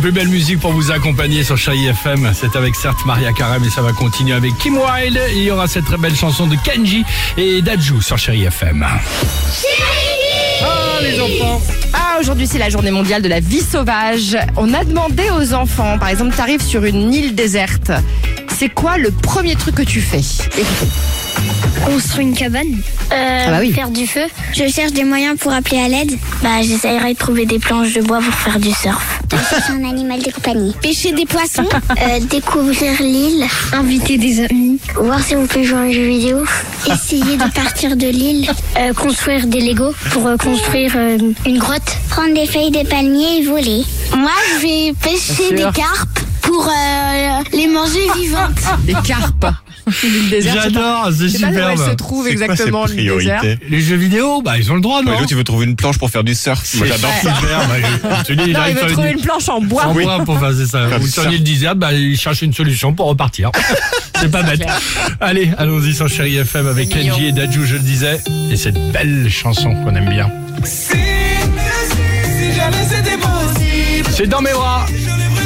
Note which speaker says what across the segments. Speaker 1: plus belle musique pour vous accompagner sur Chai FM. C'est avec certes Maria Carême et ça va continuer avec Kim Wilde. Et il y aura cette très belle chanson de Kenji et d'Adju sur Chéri FM. Ah les enfants
Speaker 2: Ah, aujourd'hui, c'est la journée mondiale de la vie sauvage. On a demandé aux enfants, par exemple, t'arrives sur une île déserte. C'est quoi le premier truc que tu fais
Speaker 3: Construire une cabane
Speaker 2: Ah bah oui.
Speaker 3: Euh, Faire du feu
Speaker 4: Je cherche des moyens pour appeler à l'aide.
Speaker 3: Bah j'essayerai de trouver des planches de bois pour faire du surf.
Speaker 4: Je cherche un animal de compagnie. Ah. Pêcher des poissons.
Speaker 3: Euh, découvrir l'île.
Speaker 4: Inviter des amis.
Speaker 3: Voir si on peut jouer à un jeu vidéo.
Speaker 4: Essayer de partir de l'île.
Speaker 3: Euh, construire des Legos pour euh, construire euh, une grotte.
Speaker 4: Prendre des feuilles de palmier et voler.
Speaker 3: Moi je vais pêcher des carpes pour euh, les manger vivantes.
Speaker 2: Des carpes. L'île déserte, je sais pas.
Speaker 1: J'adore, c'est
Speaker 2: Je sais pas où elle se
Speaker 1: superbe.
Speaker 2: trouve
Speaker 5: C'est quoi ces
Speaker 2: exactement, l'île déserte.
Speaker 5: priorités
Speaker 1: Les jeux vidéo, bah ils ont le droit non
Speaker 5: L'autre, il veut trouver une planche pour faire du surf. Moi, j'adore ça.
Speaker 1: Superbe, bah, je- je te dis, il
Speaker 2: Non, il
Speaker 1: arrive
Speaker 2: veut
Speaker 1: sur
Speaker 2: trouver
Speaker 1: une-
Speaker 2: une planche en bois.
Speaker 1: en bois pour faire ça.
Speaker 5: Faire
Speaker 1: Ou
Speaker 5: du
Speaker 1: sur
Speaker 5: surf.
Speaker 1: l'île d'Isère, bah, il cherche une solution pour repartir. C'est pas bête. Allez, allons-y sur Chéri FM avec
Speaker 2: C'est mignon.
Speaker 1: Kenji et Dadju, je le disais. Et cette belle chanson qu'on aime bien.
Speaker 6: Si, si jamais c'était possible.
Speaker 1: C'est dans mes bras.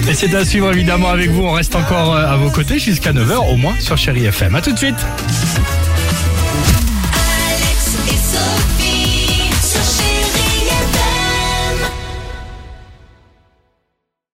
Speaker 1: Et c'est à suivre évidemment avec vous. On reste encore euh, à vos côtés jusqu'à 9h au moins sur Chéri FM. À tout de suite.